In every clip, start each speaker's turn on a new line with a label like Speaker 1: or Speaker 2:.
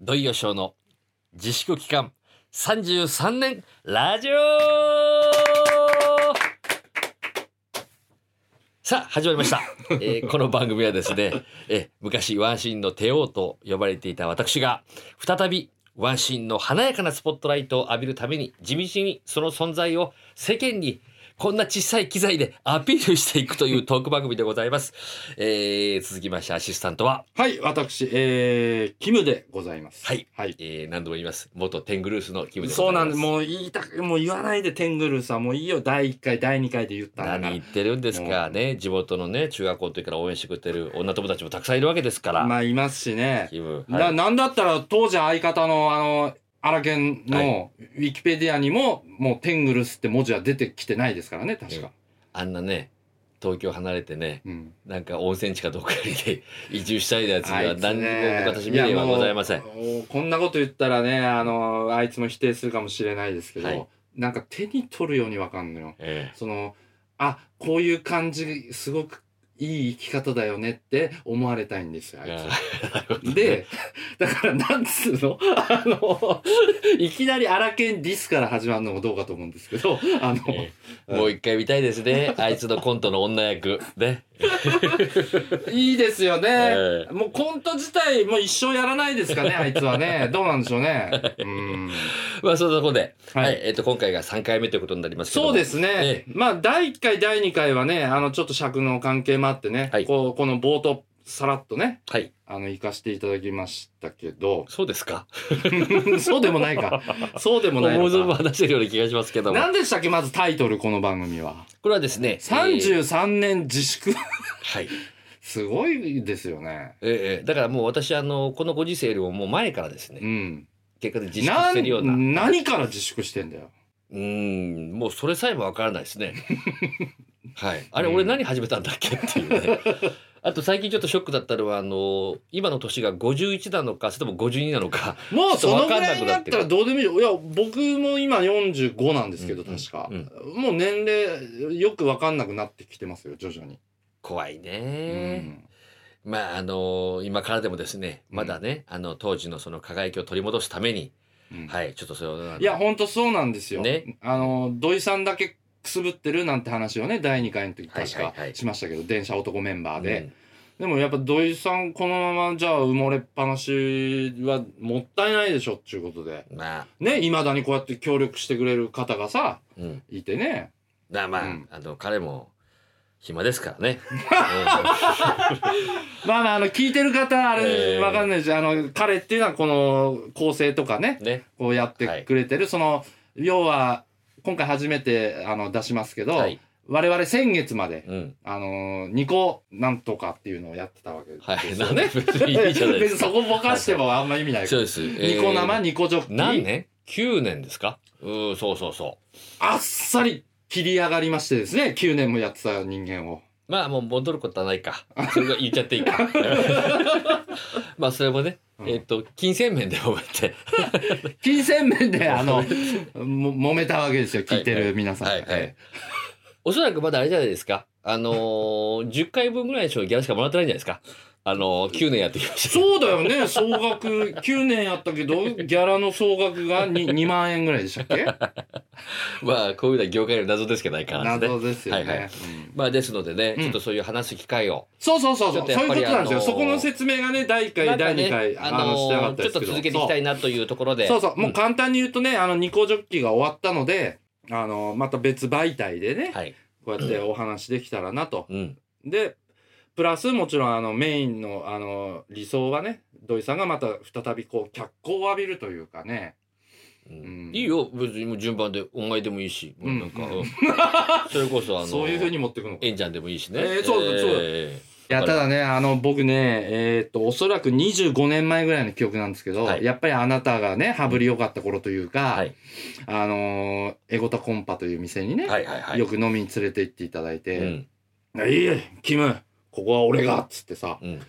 Speaker 1: 土井善雄の自粛期間33年ラジオさあ始まりました、えーこの番組はですね、えー昔ワンシーンの帝王と呼ばれていた私が再びワンシーンの華やかなスポットライトを浴びるために地道にその存在を世間にこんな小さい機材でアピールしていくというトーク番組でございます、えー続きましてアシスタントは
Speaker 2: はい、私、えー、キムでございます。
Speaker 1: はい。
Speaker 2: はい。
Speaker 1: えー、何度も言います。元テングルースのキムでござい
Speaker 2: そ
Speaker 1: ま
Speaker 2: うなんです。もう言いたく、もう言わないで、テングルさん。もういいよ。第1回、第2回で言ったんだ
Speaker 1: 何
Speaker 2: か
Speaker 1: 言ってるんですかね。地元のね、中学校の時から応援してくれてる女友達もたくさんいるわけですから。
Speaker 2: ら。まあ、いますしね。
Speaker 1: キム。
Speaker 2: な、
Speaker 1: はい
Speaker 2: なんだったら、当時相方の、あの、アラケン
Speaker 1: は
Speaker 2: のウィキペディアにも、もうテングルスって文字は出てきてないですからね、確か。
Speaker 1: あんなね、東京離れてね、
Speaker 2: うん。
Speaker 1: なんか温泉地かどっかにね移住したいやつに
Speaker 2: あ
Speaker 1: はい
Speaker 2: つ
Speaker 1: 何に
Speaker 2: ね
Speaker 1: も私見れはございません。
Speaker 2: やもうもうこんなこと言ったらね、あの、あいつも否定するかもしれないですけど、
Speaker 1: はい
Speaker 2: なんか手に取るようにわかんのよ。
Speaker 1: え
Speaker 2: そのあこういう感じすごくいい生き方だよねって思われたいんですよ
Speaker 1: え
Speaker 2: あい
Speaker 1: なるほど
Speaker 2: つ。
Speaker 1: ね
Speaker 2: でだからなんつうの あのいきなり「荒研ディス」から始まるのもどうかと思うんですけどあの、
Speaker 1: ええもう一回見たいですね。あいつのコントの女役。ね。
Speaker 2: いいですよね。
Speaker 1: ええ
Speaker 2: もうコント自体もう一生やらない ですかねあいつはねどうなんでしょうね。うん
Speaker 1: まあ、そんなとこで。
Speaker 2: はい
Speaker 1: はい。えっと、今回が3回目ということになりますけども。
Speaker 2: そうですね
Speaker 1: ええ。
Speaker 2: まあ、第1回、第2回はね、あの、ちょっと尺の関係もあってね、
Speaker 1: はい
Speaker 2: こうこの冒頭、さらっとね、
Speaker 1: はい。、
Speaker 2: あの、行かしていただきましたけど
Speaker 1: そうですか
Speaker 2: そうでもないか。そうでもない
Speaker 1: 思う存分
Speaker 2: のか。
Speaker 1: 話せるような気がしますけども。
Speaker 2: 何でしたっけまずタイトル、この番組は。
Speaker 1: これはですね。えー
Speaker 2: 33年自粛。
Speaker 1: はい。
Speaker 2: すごいですよね。
Speaker 1: ええだからもう私、あの、このご時世よりももう前からですね
Speaker 2: う、ん。
Speaker 1: 結果で自粛
Speaker 2: な
Speaker 1: してるような。うん
Speaker 2: 何から自粛してんだよ。
Speaker 1: ん、もうそれさえもわからないです ね。はい。あれ、
Speaker 2: うん
Speaker 1: 俺何始めたんだっけっていう ね。あと最近ちょっとショックだったのは、あの、今の年が51なのか、それとも52なのか。
Speaker 2: もう
Speaker 1: ちょっ
Speaker 2: そ
Speaker 1: と
Speaker 2: の
Speaker 1: わ
Speaker 2: ぐ
Speaker 1: かん
Speaker 2: ら
Speaker 1: ないく
Speaker 2: に
Speaker 1: な
Speaker 2: な
Speaker 1: っ
Speaker 2: ってた
Speaker 1: る
Speaker 2: らどうでもいいよ。いや、僕も今45なんですけど、
Speaker 1: うんうん
Speaker 2: 確か
Speaker 1: う。ん
Speaker 2: もう年齢よくわかんなくなってきてますよ、徐々に。
Speaker 1: 怖いね
Speaker 2: うん
Speaker 1: まあ、あの今からでもですね、まだね、あの、当時のその輝きを取り戻すために、
Speaker 2: うん
Speaker 1: はい、ちょっとそれを、あの
Speaker 2: いや、ほんとそうなんですよ。
Speaker 1: ね
Speaker 2: あの、土井さんだけくすぶってるなんて話をね、第2回の時確
Speaker 1: はい
Speaker 2: か
Speaker 1: はいはい
Speaker 2: しましたけど、電車男メンバー
Speaker 1: う
Speaker 2: で
Speaker 1: ん。
Speaker 2: でもやっぱ土井さんこのままじゃあ埋もれっぱなしはもったいないでしょっていうことで。
Speaker 1: まあ、
Speaker 2: ね、未だにこうやって協力してくれる方がさ、
Speaker 1: うん。
Speaker 2: いてね。
Speaker 1: だからまあ、
Speaker 2: うん
Speaker 1: あの、彼も、暇ですから ね。
Speaker 2: まあまあ、あの、聞いてる方、あ
Speaker 1: えー
Speaker 2: れ、わかんないし、あの、彼っていうのはこの構成とかね
Speaker 1: う、んね。
Speaker 2: こうやってくれてる、その、要は、今回初めてあの出しますけど、
Speaker 1: はい。
Speaker 2: 我々先月まで、
Speaker 1: うん。
Speaker 2: あのー、2個なんとかっていうのをやってたわけです
Speaker 1: はい。
Speaker 2: よ
Speaker 1: なん
Speaker 2: ね。
Speaker 1: で別にいいじゃないで
Speaker 2: 別
Speaker 1: す
Speaker 2: に
Speaker 1: か
Speaker 2: そ。こぼかしてもあんま意味ないか
Speaker 1: そう
Speaker 2: ら。
Speaker 1: です。えー
Speaker 2: 2個生、2個ジョッキ
Speaker 1: 何年 ?9 年ですかうーそうそうそ
Speaker 2: あっさり切り上がりましてですね、9年もやってた人間を。
Speaker 1: う。まあ、もう戻ることはないか。それが言っちゃってい いか。まあ、それもね、
Speaker 2: うん
Speaker 1: えっと、金銭面で覚えて。
Speaker 2: 金銭面 で、あの、も揉めたわけですよ、聞いてる皆さん。
Speaker 1: はいはい。おそらくまだあれじゃないですか。あのー、10回分ぐらいのギャラしかもらってないんじゃないですか。あのー、9年やってきました。
Speaker 2: そうだよね、総額、9年やったけど、ギャラの総額が 2, 2万円ぐらいでしたっけ
Speaker 1: まあ、こういうのは業界の謎ですけどないからね。
Speaker 2: 謎ですよね。
Speaker 1: はいはい
Speaker 2: うん
Speaker 1: まあ、ですのでね、
Speaker 2: うん
Speaker 1: ちょっとそういう話す機会を。
Speaker 2: そうそうそう
Speaker 1: ち
Speaker 2: そ
Speaker 1: ょっ
Speaker 2: う、
Speaker 1: と
Speaker 2: そ
Speaker 1: やっぱり
Speaker 2: ういうことなんですよ。
Speaker 1: あのー
Speaker 2: そこの説明がね、第1回、
Speaker 1: なんか
Speaker 2: 第
Speaker 1: ね
Speaker 2: 2回、
Speaker 1: あ
Speaker 2: あの、してなか
Speaker 1: のー
Speaker 2: った
Speaker 1: ちょ
Speaker 2: で
Speaker 1: っ
Speaker 2: す
Speaker 1: と
Speaker 2: けど。
Speaker 1: 続けていきたいなというところで。
Speaker 2: そうそう、もう
Speaker 1: うん
Speaker 2: 簡単に言うとね、あの、ニコジョッキが終わったので、あの、また別媒体でね、
Speaker 1: はい。
Speaker 2: こうやってお話できたらなと。
Speaker 1: うん。
Speaker 2: で、プラスもちろんあの、メインのあの、理想はね、土井さんがまた再びこう、脚光を浴びるというかね。
Speaker 1: うん
Speaker 2: うん
Speaker 1: いいよ、別にもう順番で、お前でもいいし、もうなんか、
Speaker 2: うん
Speaker 1: うん それこそ、あの、
Speaker 2: そういう風に持っていくのか。
Speaker 1: えんちゃんでもいいしね。
Speaker 2: えーそうだそうだ
Speaker 1: え
Speaker 2: いや、ただね、あの、僕ね、えーっと、おそらく25年前ぐらいの記憶なんですけど、
Speaker 1: はい
Speaker 2: やっぱりあなたがね、羽振り良かった頃というか、
Speaker 1: はい
Speaker 2: あのーエゴタコンパという店にね、
Speaker 1: ーはいはいはい。
Speaker 2: よく飲みに連れて行っていただいて、
Speaker 1: うん。
Speaker 2: いいえ、キム、ここは俺がっつってさ、
Speaker 1: うん。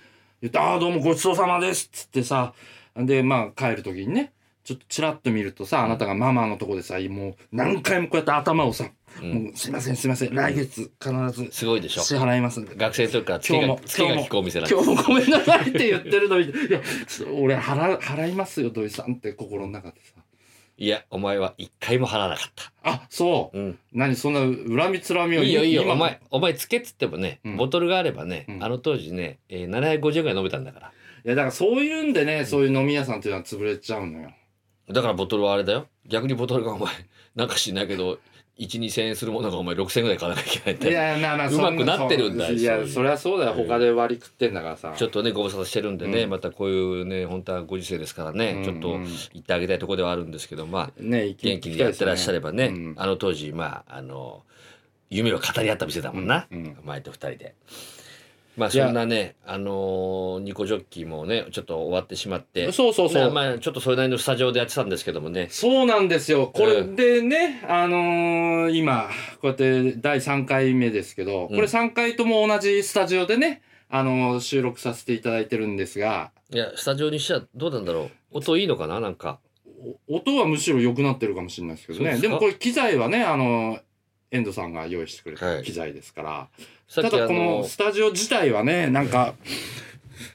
Speaker 2: 言って、ああ、どうもごちそうさまですっつってさ、で、まあ、帰る時にね、ちょっとちらっと見るとさあなたがママのとこでさもう何回もこうやって頭をさ「
Speaker 1: うん
Speaker 2: もうすいませんすいません来月必ず
Speaker 1: すごいでしょ
Speaker 2: 支払いますんで」
Speaker 1: 学生の時からつ
Speaker 2: 今
Speaker 1: け
Speaker 2: 日
Speaker 1: が
Speaker 2: も
Speaker 1: つけが利くお店なんで
Speaker 2: 今日もごめんなさいって言ってるのに、いや、ちょっと俺払、払いますよ、土井さんって心の中でさ。
Speaker 1: いやお前は一回も払わなかった、
Speaker 2: あ、そう。
Speaker 1: うん、
Speaker 2: 何、そんな恨みつらみを
Speaker 1: いいよいいよ
Speaker 2: 今
Speaker 1: お前お前つけっつってもね、
Speaker 2: うん
Speaker 1: ボトルがあればね、
Speaker 2: うん
Speaker 1: あの当時ね、えー、750円ぐらい飲めたんだから
Speaker 2: いや、だからそういうんでね、そういう飲み屋さんっていうのは潰れちゃうのよ。
Speaker 1: だからボトルはあれだよ逆にボトルがお前 なんか知んないけど12000円するものがお前6000円ぐらい買わなきゃいけないっ
Speaker 2: い
Speaker 1: て
Speaker 2: や、まあまあ、そん
Speaker 1: うまくなってるんだよ
Speaker 2: そうい
Speaker 1: そう
Speaker 2: や、
Speaker 1: いう
Speaker 2: そりゃそうだよ。他で割り食ってんだからさ。
Speaker 1: ちょっとねご無沙汰してるんでね、
Speaker 2: うん
Speaker 1: またこういうね本当はご時世ですからね、
Speaker 2: うん
Speaker 1: ちょっと行ってあげたいところではあるんですけどまあ
Speaker 2: うんね、
Speaker 1: 元気にやってらっしゃればね、
Speaker 2: うん
Speaker 1: あの当時まああの夢を語り合った店だもんな、
Speaker 2: うんうん
Speaker 1: 前と二人で。まあ
Speaker 2: いや
Speaker 1: そんなねあのーニコジョッキーもねちょっと終わってしまって
Speaker 2: そうそうそう。
Speaker 1: ねまあ、ちょっとそれなりのスタジオでやってたんですけどもね
Speaker 2: そうなんですよ。こ
Speaker 1: う
Speaker 2: れ
Speaker 1: ん
Speaker 2: でね、あのー今、こうやって第3回目ですけど、これ
Speaker 1: うん
Speaker 2: 3回とも同じスタジオでね、あのー収録させていただいてるんですが、
Speaker 1: いやスタジオにしちゃどうなんだろう音いいのかななんか
Speaker 2: お音はむしろ良くなってるかもしれないですけど
Speaker 1: そうで
Speaker 2: ね。
Speaker 1: す
Speaker 2: で
Speaker 1: か
Speaker 2: もこれ機材はね、あのー遠藤さんが用意してくれ
Speaker 1: は
Speaker 2: た
Speaker 1: い
Speaker 2: 機材ですから、
Speaker 1: さったきあ
Speaker 2: だこの
Speaker 1: の
Speaker 2: スタジオ自体はねなんか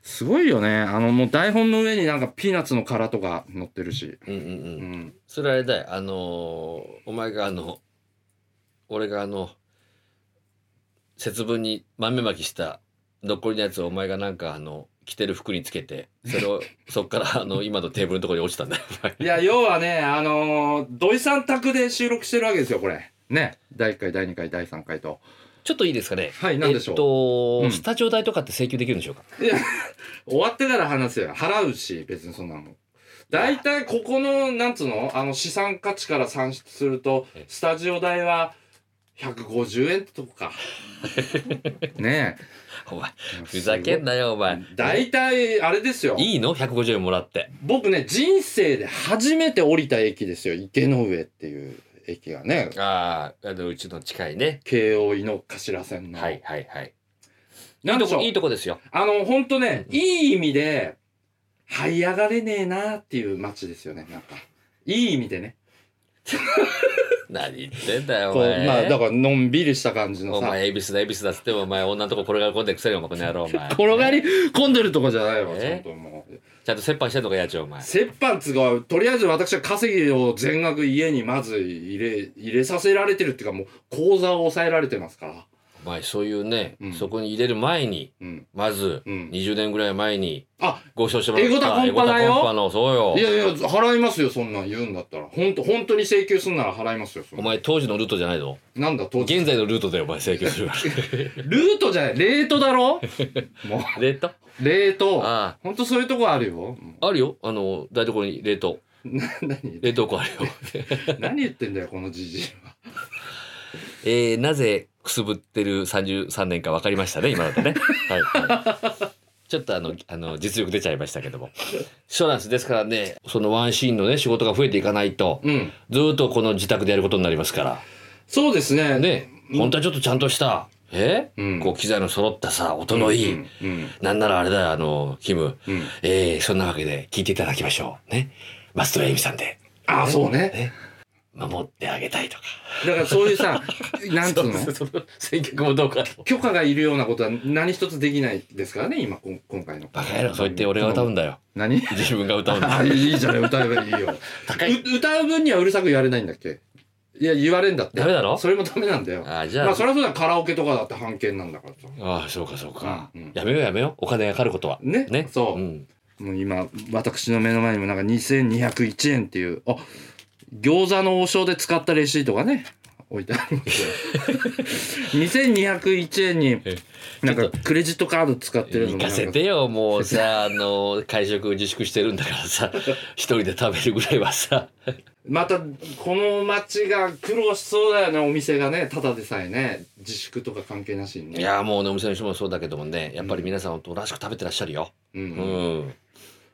Speaker 2: すごいよねあのもう台本の上になんかピーナッツの殻とか乗ってるし、
Speaker 1: うんうんう
Speaker 2: うんん、
Speaker 1: それあれだよあのーお前があの俺があの節分に豆まきした残りのやつをお前がなんかあの着てる服につけてそれ をそっからあの今のテーブルのところに落ちたんだよお前
Speaker 2: いや要はねあのー土井さん宅で収録してるわけですよこれね第1回第2回第3回と
Speaker 1: ちょっといいですかね
Speaker 2: はい何でしょう
Speaker 1: えっと、
Speaker 2: うん
Speaker 1: スタジオ代とかって請求できるんでしょうか
Speaker 2: いや終わってから話せよ払うし別にそんなの大体ここのなんつうのあの資産価値から算出すると
Speaker 1: え
Speaker 2: スタジオ代は150円ってとこ かねえ
Speaker 1: お前ふざけんなよお前
Speaker 2: 大体あれですよ
Speaker 1: いいの150円もらって
Speaker 2: 僕ね人生で初めて降りた駅ですよ池の上っていう駅がね
Speaker 1: あああのうちの近いね
Speaker 2: 慶応井の頭線の、
Speaker 1: はいはいはいい
Speaker 2: ないん
Speaker 1: と
Speaker 2: でしょ
Speaker 1: こ
Speaker 2: う
Speaker 1: いいとこですよ
Speaker 2: あのほんとね
Speaker 1: うん
Speaker 2: いい意味で這い上がれねえなっていう街ですよねなんかいい意味でね
Speaker 1: 何言ってんだよお
Speaker 2: こう
Speaker 1: 前
Speaker 2: まあだからのんびりした感じの
Speaker 1: お
Speaker 2: さ
Speaker 1: 前、恵比寿だ、恵比寿だっつっても、お前、女のとこ転がり込んでくせに、お前、この野郎、お 前。
Speaker 2: 転がり込んでるとこじゃないわちゃん
Speaker 1: え
Speaker 2: ともう
Speaker 1: ちゃんと折半してんのか、やちお前。
Speaker 2: 折半つうかとりあえず私は稼ぎを全額家にまず入れ入れさせられてるっていうかもう口座を抑えられてますから
Speaker 1: お前、そういうね、
Speaker 2: うん
Speaker 1: そこに入れる前に、
Speaker 2: うん
Speaker 1: まず、
Speaker 2: うん
Speaker 1: 20年ぐらい前に、
Speaker 2: あ
Speaker 1: ご一緒してもらった。
Speaker 2: エゴタコンパだよ
Speaker 1: エゴタコンパの、そうよ。
Speaker 2: いやいや払いますよそんなん言うんだったら本当本当に請求すんなら払いますよそん
Speaker 1: お
Speaker 2: な
Speaker 1: 前、当時のルートじゃないぞ。
Speaker 2: なんだ当時
Speaker 1: 現在のルートだよ、お前、請求するか
Speaker 2: ルートじゃないレートだ ろも
Speaker 1: ら。レート
Speaker 2: うレート
Speaker 1: あ
Speaker 2: 本当そういうとこあるよも
Speaker 1: あ。あるよ。あの、台所に冷凍。
Speaker 2: う な何
Speaker 1: 冷凍庫あるよ。
Speaker 2: 何言ってんだよこのじじいは
Speaker 1: えー、なぜくすぶってる33年か分かりましたね今ので ね、はいはい、ちょっとあのあの実力出ちゃいましたけどもそうなんですですからねそのワンシーンのね仕事が増えていかないと
Speaker 2: うん
Speaker 1: ずーっとこの自宅でやることになりますか
Speaker 2: そうですね
Speaker 1: らね本当はちょっとちゃんとしたえ、
Speaker 2: うん
Speaker 1: こう機材の揃ったさ音のいい、
Speaker 2: うんうん
Speaker 1: なんならあれだよあのキム、
Speaker 2: うん
Speaker 1: えー、そんなわけで聞いていただきましょうね松戸恵美さんで
Speaker 2: ああそうね
Speaker 1: ね守ってあげたいとか
Speaker 2: だからそういう さなんつうの
Speaker 1: そうそうそう選曲もどうかと
Speaker 2: 許可がいるようなことは何一つできないですからね今こん今回の
Speaker 1: バカ野郎そう言って俺が歌うんだよ
Speaker 2: 何
Speaker 1: 自分が歌うんだ
Speaker 2: あいいじゃない歌えばいいよ
Speaker 1: 高いう
Speaker 2: 歌う分にはうるさく言われないんだっけいや言われんだっ て
Speaker 1: ダメだろ
Speaker 2: それもダメなんだよ
Speaker 1: あじゃあ、
Speaker 2: まあそりゃそうだカラオケとかだって判権なんだからさ
Speaker 1: ああそうかそうか、
Speaker 2: うん
Speaker 1: やめようやめようお金がかかることは
Speaker 2: ね
Speaker 1: ね
Speaker 2: そう
Speaker 1: うん、
Speaker 2: もう今私の目の前にもなんか2201円っていうあ餃子の王将で使ったレシートがね置いてあ りますよ2201円に
Speaker 1: え
Speaker 2: なんかクレジットカード使ってるの
Speaker 1: 行
Speaker 2: も
Speaker 1: か
Speaker 2: な
Speaker 1: せ
Speaker 2: んか
Speaker 1: てよもうさあの 会食自粛してるんだからさ 一人で食べるぐらいはさ
Speaker 2: またこの町が苦労しそうだよねお店がねただでさえね自粛とか関係なしにね
Speaker 1: いやもうねお店の人もそうだけどもねやっぱり皆さんおとなしく食べてらっしゃるよ
Speaker 2: う
Speaker 1: うん、
Speaker 2: ん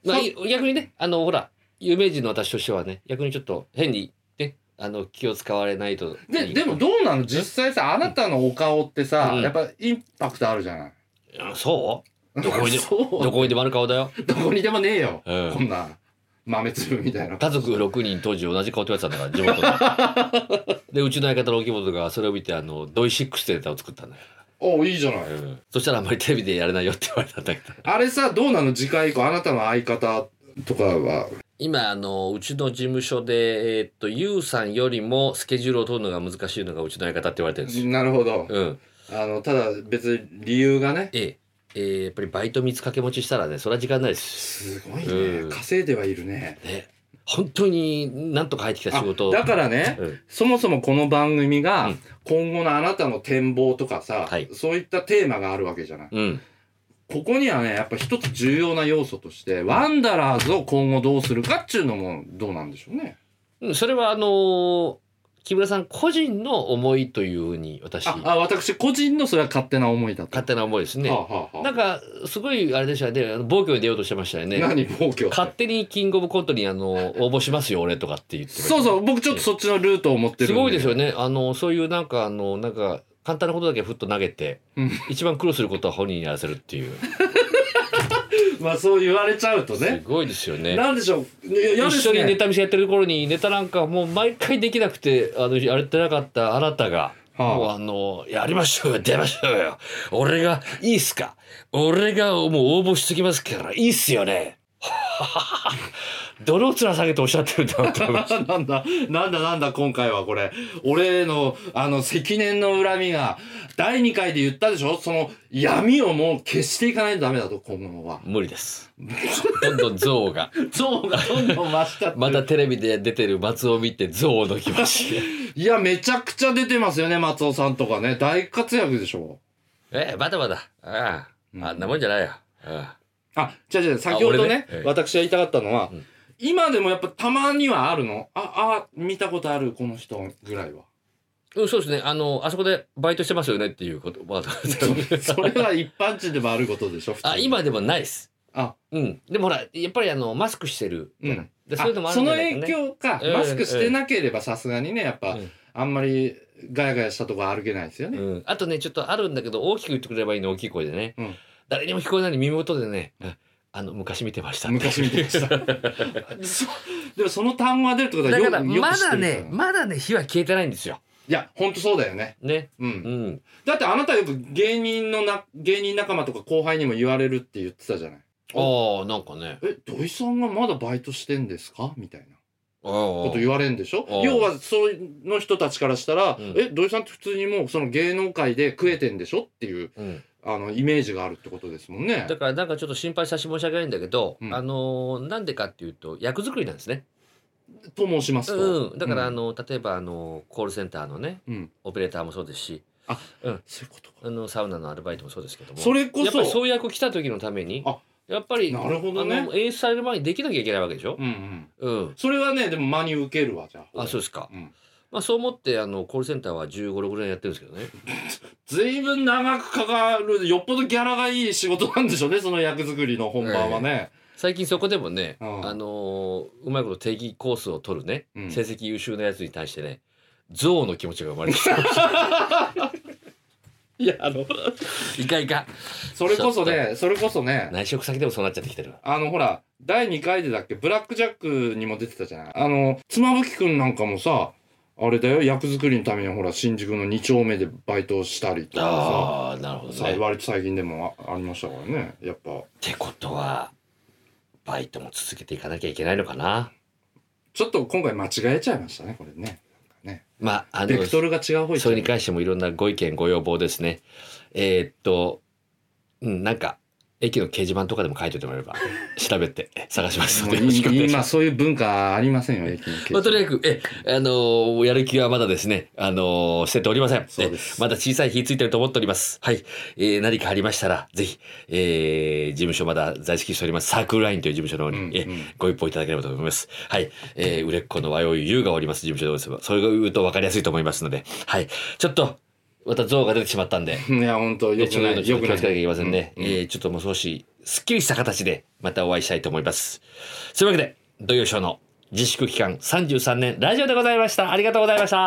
Speaker 1: まあ
Speaker 2: そう
Speaker 1: い逆にねあのほら有名人の私としてはね逆にちょっと変にねあの気を使われないと
Speaker 2: ででもどうなの実際さあなたのお顔ってさ、
Speaker 1: うん
Speaker 2: やっぱインパクトあるじゃない
Speaker 1: あそうどこにでも
Speaker 2: そう
Speaker 1: どこにでもある顔だよ、
Speaker 2: どこにでもねえよ、
Speaker 1: うん
Speaker 2: こんな豆粒みたいな。
Speaker 1: 家族6人当時同じ顔って言われてたんだから地 元ででうちの相方の沖本がそれを見てあのドイシックスってネタを作ったんだよ、
Speaker 2: おいいじゃな
Speaker 1: う
Speaker 2: い。
Speaker 1: んそしたらあんまりテレビでやれないよって言われたんだけど
Speaker 2: あれさ、どうなの次回以降、あなたの相方とかは。
Speaker 1: 今あのうちの事務所でえーっと YOU さんよりもスケジュールを取るのが難しいのがうちの相方って言われてるんですよ、
Speaker 2: なるほど。
Speaker 1: うん
Speaker 2: あの、ただ別に理由がね。
Speaker 1: えええーやっぱりバイト3つ掛け持ちしたらねそれは時間ないです
Speaker 2: すごい
Speaker 1: うん
Speaker 2: ね。稼いではいるね。
Speaker 1: ね本当になんとか入ってきた仕事を
Speaker 2: あだからね、
Speaker 1: うん
Speaker 2: そもそもこの番組が
Speaker 1: うん
Speaker 2: 今後のあなたの展望とかさ、
Speaker 1: はい
Speaker 2: そういったテーマがあるわけじゃない。
Speaker 1: うん
Speaker 2: ここにはね、やっぱ一つ重要な要素として、ワンダラーズを今後どうするかっていうのもどうなんでしょうね。
Speaker 1: うんそれはあのー木村さん個人の思いというふうに私
Speaker 2: あ、あ私個人のそれは勝手な思いだった。
Speaker 1: 勝手な思いですね。
Speaker 2: はあはあはあ
Speaker 1: なんかすごいあれでしたよねあの暴挙に出ようとしてましたよね。
Speaker 2: 何暴挙
Speaker 1: 勝手にキングオブコントにあの応募しますよ俺とかって言って
Speaker 2: そうそう、僕ちょっとそっちのルートを持ってるん
Speaker 1: すごいですよ。ねあのそういうなんかあのなんか簡単なことだけふっと投げて、
Speaker 2: うん
Speaker 1: 一番苦労することは本人にやらせるって いう
Speaker 2: まあそう言われちゃうと
Speaker 1: す
Speaker 2: ね。
Speaker 1: ごいですよね。
Speaker 2: なんでしょう。ね嫌で
Speaker 1: 一
Speaker 2: す
Speaker 1: 緒にネ
Speaker 2: ね。
Speaker 1: タ見せやってる頃にネタなんかもう毎回できなくてあのやれてなかったあなたが、
Speaker 2: はあ
Speaker 1: もうあのやりましょうよ出ましょうよ俺がいいっすか俺がもう応募してきますからいいっすよね ははははどの面下げておっしゃってるんだろうと 思います
Speaker 2: なんだ、なんだなんだ今回はこれ。俺の、あの、積年の恨みが、第2回で言ったでしょその闇をもう消していかないとダメだと、今後は。
Speaker 1: 無理ですどんどん象が
Speaker 2: ゾウがどんどん増したって
Speaker 1: またテレビで出てる松尾を見て象の気持ち
Speaker 2: いや、めちゃくちゃ出てますよね、松尾さんとかね。大活躍でしょ
Speaker 1: えまだまだあああんなもんじゃないよあ
Speaker 2: あ、違う違う、先ほど
Speaker 1: 俺
Speaker 2: ね
Speaker 1: ねええ、
Speaker 2: 私が言いたかったのは
Speaker 1: うん、
Speaker 2: 今でもやっぱたまにはあるのあ、あ、見たことある、この人ぐら いは。
Speaker 1: あうんそうですねあのあそこでバイトしてますよねっていうことまあ
Speaker 2: それは一般人でもあることでしょ普通に
Speaker 1: あ今でもないです。
Speaker 2: あ
Speaker 1: うん、でもほらやっぱりあのマスクしてる、
Speaker 2: うん
Speaker 1: で
Speaker 2: あ
Speaker 1: そういうのもある
Speaker 2: そ
Speaker 1: んじ
Speaker 2: の
Speaker 1: ゃないかね
Speaker 2: 影響か、
Speaker 1: うん
Speaker 2: マスクしてなければさすがにねやっぱ、
Speaker 1: うん
Speaker 2: あんまりガヤガヤしたとこ歩けないですよね、
Speaker 1: うん、あとねちょっとあるんだけど大きく言ってくれればいいの大きい声でね、
Speaker 2: うん
Speaker 1: 誰にも聞こえないのに耳元でねうん「あの昔見てました」
Speaker 2: 昔見 てましたそでもその単語が出るってことは
Speaker 1: だ
Speaker 2: よ
Speaker 1: から
Speaker 2: よく
Speaker 1: ま
Speaker 2: 知っ
Speaker 1: だ
Speaker 2: てるから
Speaker 1: ねまだね火は消えてないんですよ。
Speaker 2: いやほんとそうだよね
Speaker 1: ね、
Speaker 2: うん、
Speaker 1: うん、
Speaker 2: だってあなたよく芸人のな芸人仲間とか後輩にも言われるって言ってたじゃない
Speaker 1: ああなんかね
Speaker 2: え土井さんがまだバイトしてんですかみたいな
Speaker 1: あ
Speaker 2: こ
Speaker 1: あ
Speaker 2: と言われるんでしょ
Speaker 1: ああ
Speaker 2: 要はそういうの人たちからしたら、
Speaker 1: うん
Speaker 2: え土井さんって普通にもうその芸能界で食えてんでしょっていう
Speaker 1: うん、
Speaker 2: あのイメージがあるってことですもんね
Speaker 1: だ。からなんかちょっと心配させて申し訳ないんだけど、
Speaker 2: うん
Speaker 1: あのーなんでかっていうと役作りなんですね。
Speaker 2: と申しますと。
Speaker 1: うん、だからあ
Speaker 2: うん
Speaker 1: の例えばあのコールセンターのね
Speaker 2: うん、
Speaker 1: オペレーターもそうですし
Speaker 2: そういうことか。
Speaker 1: あのサウナのアルバイトもそうですけども
Speaker 2: それこ
Speaker 1: やっぱり
Speaker 2: そ。
Speaker 1: そういう役来た時のために
Speaker 2: あ
Speaker 1: やっぱり
Speaker 2: なるほど
Speaker 1: あ
Speaker 2: ね
Speaker 1: の。演出される前にできなきゃいけないわけでしょ
Speaker 2: う、んうん。
Speaker 1: うん、
Speaker 2: それはねでも間に受けるわじゃあ。
Speaker 1: あそうですか、
Speaker 2: うん
Speaker 1: まあ、そう思ってあのコールセンターは1 5六6年やってるんですけどね
Speaker 2: ずいぶん長くかかるよっぽどギャラがいい仕事なんでしょうねその役作りの本番はね。
Speaker 1: 最近そこでもね、
Speaker 2: うん
Speaker 1: あのーうまいこと定義コースを取るね、
Speaker 2: うん
Speaker 1: 成績優秀なやつに対してね憎悪の気持ちが生まれてき た
Speaker 2: いやあの
Speaker 1: いかいか
Speaker 2: それこそねそれこそね
Speaker 1: 内職先でもそうなっちゃってきてる
Speaker 2: あのほら第2回でだっけブラックジャックにも出てたじゃないあの妻夫木くんなんかもさあれだよ役作りのためにほら新宿の2丁目でバイトしたりとか
Speaker 1: ああなるほ
Speaker 2: さ
Speaker 1: ど
Speaker 2: さ
Speaker 1: ねっ
Speaker 2: 割と最近でもあありましたからねやっぱ
Speaker 1: てことはバイトも続けていかなきゃいけないのかな
Speaker 2: ちょっと今回間違えちゃいましたねこれねなんかね
Speaker 1: まああ
Speaker 2: ベ
Speaker 1: の
Speaker 2: クトルが違う方行っち
Speaker 1: そ
Speaker 2: ゃ
Speaker 1: れ
Speaker 2: う
Speaker 1: に関してもいろんなご意見ご要望ですね。えーっと、うん、なんか、駅の掲示板とかでも書いておいてもらえ れば、調べて探しますの
Speaker 2: もう
Speaker 1: で、よろしくお願
Speaker 2: い
Speaker 1: いしま
Speaker 2: 今
Speaker 1: す。
Speaker 2: そういう文化ありませんよ駅に
Speaker 1: まあ、とりあえず、え、あのーやる気はまだですね、あのー捨てておりません。
Speaker 2: そうです
Speaker 1: えまだ小さい火ついてると思っております。はい。えー何かありましたら、ぜひ、えー事務所まだ在籍しております、サークルラインという事務所の方に、
Speaker 2: うんうん
Speaker 1: えご一報いただければと思います。はい。えー売れっ子の和洋優がおります事務所でございます。それを言うと分かりやすいと思いますので、はい。ちょっと、また像が出てしまったんで、
Speaker 2: いや本当よくな
Speaker 1: ちょっ
Speaker 2: い
Speaker 1: と
Speaker 2: よ
Speaker 1: 気
Speaker 2: く
Speaker 1: を
Speaker 2: な
Speaker 1: つけなきゃい
Speaker 2: い
Speaker 1: けませんね。
Speaker 2: うん
Speaker 1: えーちょっともう少し、すっきりした形で、またお会いしたいと思います。そういうわけで、土曜ショーの自粛期間33年ラジオでございました。ありがとうございました。